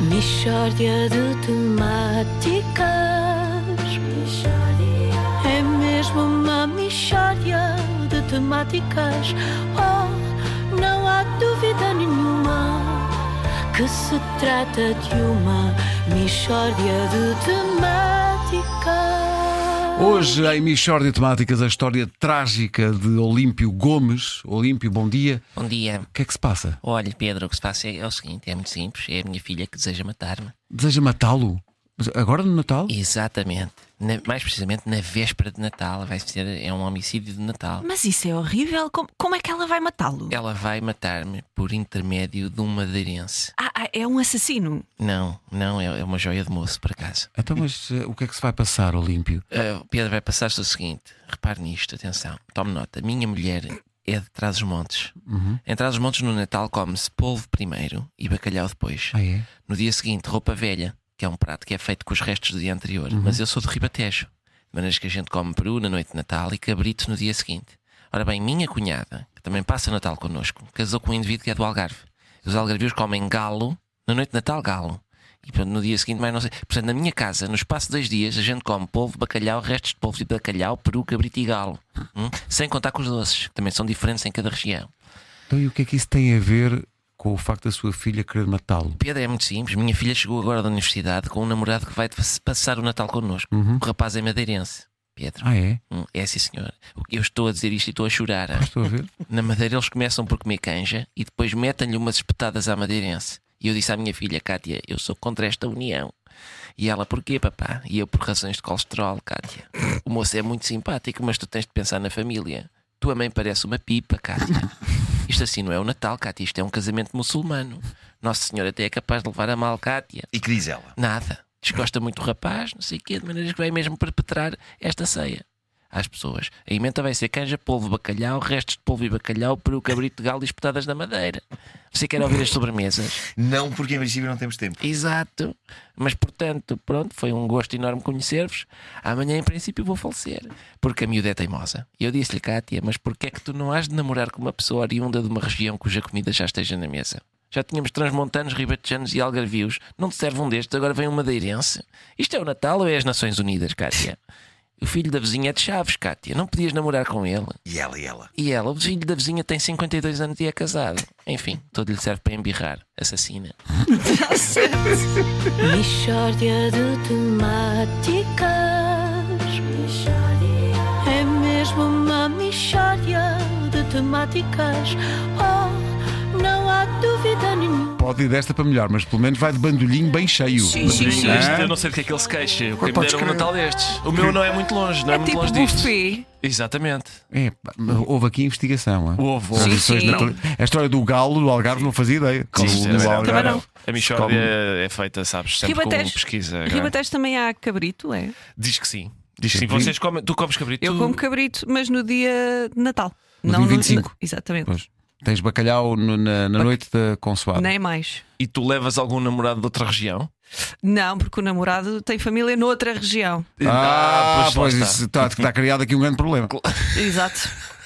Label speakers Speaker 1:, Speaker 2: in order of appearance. Speaker 1: Mistória de temáticas. É mesmo uma mistória de temáticas. Oh, não há dúvida nenhuma que se trata de uma mistória de temáticas.
Speaker 2: Hoje, em Michord de Temáticas, a história trágica de Olímpio Gomes. Olímpio, bom dia.
Speaker 3: Bom Um dia.
Speaker 2: O que é que se passa?
Speaker 3: Olha, Pedro, o que se passa é, é o seguinte: é muito simples. É a minha filha que deseja matar-me.
Speaker 2: Deseja matá-lo? Mas Agora no Natal?
Speaker 3: Exatamente. Na- mais precisamente na véspera de Natal. Vai ser é um homicídio de Natal.
Speaker 4: Mas isso é horrível. Como, como é que ela vai matá-lo?
Speaker 3: Ela vai matar-me por intermédio de um madeirense.
Speaker 4: Ah, ah, é um assassino.
Speaker 3: Não, não, é, é uma joia de moço, por acaso.
Speaker 2: Então, mas eh, o que é que se vai passar, Olímpio?
Speaker 3: Ah, o Pedro vai passar-se o seguinte: repare nisto, atenção, tome nota. Minha mulher é de Trás-os-Montes. Em Trás-os-Montes, no Natal, come-se polvo primeiro e bacalhau depois.
Speaker 2: Ah, é?
Speaker 3: No dia seguinte, roupa velha, que é um prato que é feito com os restos do dia anterior. Mas eu sou de Ribatejo, de maneiras que a gente come peru na noite de Natal e cabrito no dia seguinte. Ora bem, minha cunhada, que também passa Natal connosco, casou com um indivíduo que é do Algarve. Os algarvios comem galo, na noite de Natal, galo. E portanto, no dia seguinte, mais não sei. Portanto, na minha casa, no espaço de dois dias, a gente come polvo, bacalhau, restos de polvo e bacalhau, peru, cabrito e galo. Hum? Sem contar com os doces, que também são diferentes em cada região.
Speaker 2: Então, e o que é que isso tem a ver com o facto da sua filha querer matá-lo?
Speaker 3: Pedro é muito simples. Minha filha chegou agora da universidade com um namorado que vai passar o Natal connosco. O rapaz é madeirense. Pedro.
Speaker 2: Ah, é?
Speaker 3: Hum, É sim, senhor. O que Eu estou a dizer isto e estou a chorar. ah.
Speaker 2: Estou a ver?
Speaker 3: Na Madeira eles começam por comer canja e depois metem-lhe umas espetadas à madeirense. E eu disse à minha filha, Cátia, eu sou contra esta união. E ela, porquê, papá? E eu, por razões de colesterol, Cátia. O moço é muito simpático, mas tu tens de pensar na família. Tua mãe parece uma pipa, Cátia. Isto assim não é o Natal, Cátia, isto é um casamento muçulmano. Nossa Senhora até é capaz de levar a mal, Cátia.
Speaker 5: E que diz ela?
Speaker 3: Nada. Desgosta muito do rapaz, não sei o quê, de maneiras que vai mesmo perpetrar esta ceia às pessoas. A emenda vai ser canja, polvo, bacalhau, restos de polvo e bacalhau, peru, cabrito de galo e espetadas da madeira. Você quer ouvir as sobremesas?
Speaker 5: Não, porque em princípio não temos tempo.
Speaker 3: Exato. Mas, portanto, pronto, foi um gosto enorme conhecer-vos. Amanhã, em princípio, vou falecer, porque a miúda é teimosa. E eu disse-lhe, Cátia, mas porquê é que tu não has de namorar com uma pessoa oriunda de uma região cuja comida já esteja na mesa? Já tínhamos transmontanos, ribatejanos e algarvios. Não te serve um destes, agora vem um madeirense. Isto é o Natal ou é as Nações Unidas, Cátia? O filho da vizinha é de Chaves, Cátia. Não podias namorar com ele.
Speaker 5: E ela e ela.
Speaker 3: E ela, o filho da vizinha, tem 52 anos e é casado. Enfim, todo lhe serve para embirrar. Assassina.
Speaker 1: Mistória de temáticas. É mesmo uma mistória de temáticas. Oh, não há dúvida nenhuma.
Speaker 2: Pode ir desta para melhor, mas pelo menos vai de bandolhinho bem cheio.
Speaker 4: Sim, sim, sim.
Speaker 6: Este, eu não sei do que é que ele se queixa. Eu queria me
Speaker 2: podes
Speaker 6: deram um
Speaker 2: crer.
Speaker 6: Natal destes. O meu não é muito longe, não é,
Speaker 4: É
Speaker 6: muito
Speaker 4: tipo
Speaker 6: longe disto.
Speaker 4: buffet.
Speaker 6: Exatamente.
Speaker 2: É, pá, houve aqui investigação. hã?
Speaker 6: Ovo.
Speaker 2: Houve
Speaker 4: Sim,
Speaker 2: sessões
Speaker 4: sim.
Speaker 2: natali- A história do galo, do Algarve, não fazia ideia.
Speaker 6: Sim,
Speaker 2: Do- do
Speaker 6: sim,
Speaker 2: Algarve.
Speaker 4: Também não.
Speaker 6: A Michórdia é feita, sabes, sempre com
Speaker 4: Ribatejo.
Speaker 6: pesquisa. grande.
Speaker 4: Ribatejo também há cabrito, é?
Speaker 6: Diz que sim. Diz que sim.
Speaker 2: Sim.
Speaker 6: Vocês comem, tu comes cabrito?
Speaker 4: Eu como cabrito, mas no dia de Natal.
Speaker 2: No
Speaker 4: não
Speaker 2: dia
Speaker 4: no-
Speaker 2: 25.
Speaker 4: exatamente.
Speaker 2: Pois. Tens bacalhau no- na, na noite da consoada.
Speaker 4: Nem mais.
Speaker 6: E tu levas algum namorado de outra região?
Speaker 4: Não, porque o namorado tem família noutra região.
Speaker 2: Ah,
Speaker 6: lá
Speaker 2: pois, tá,
Speaker 6: está.
Speaker 2: isso está, está criado aqui um grande problema.
Speaker 4: Exato.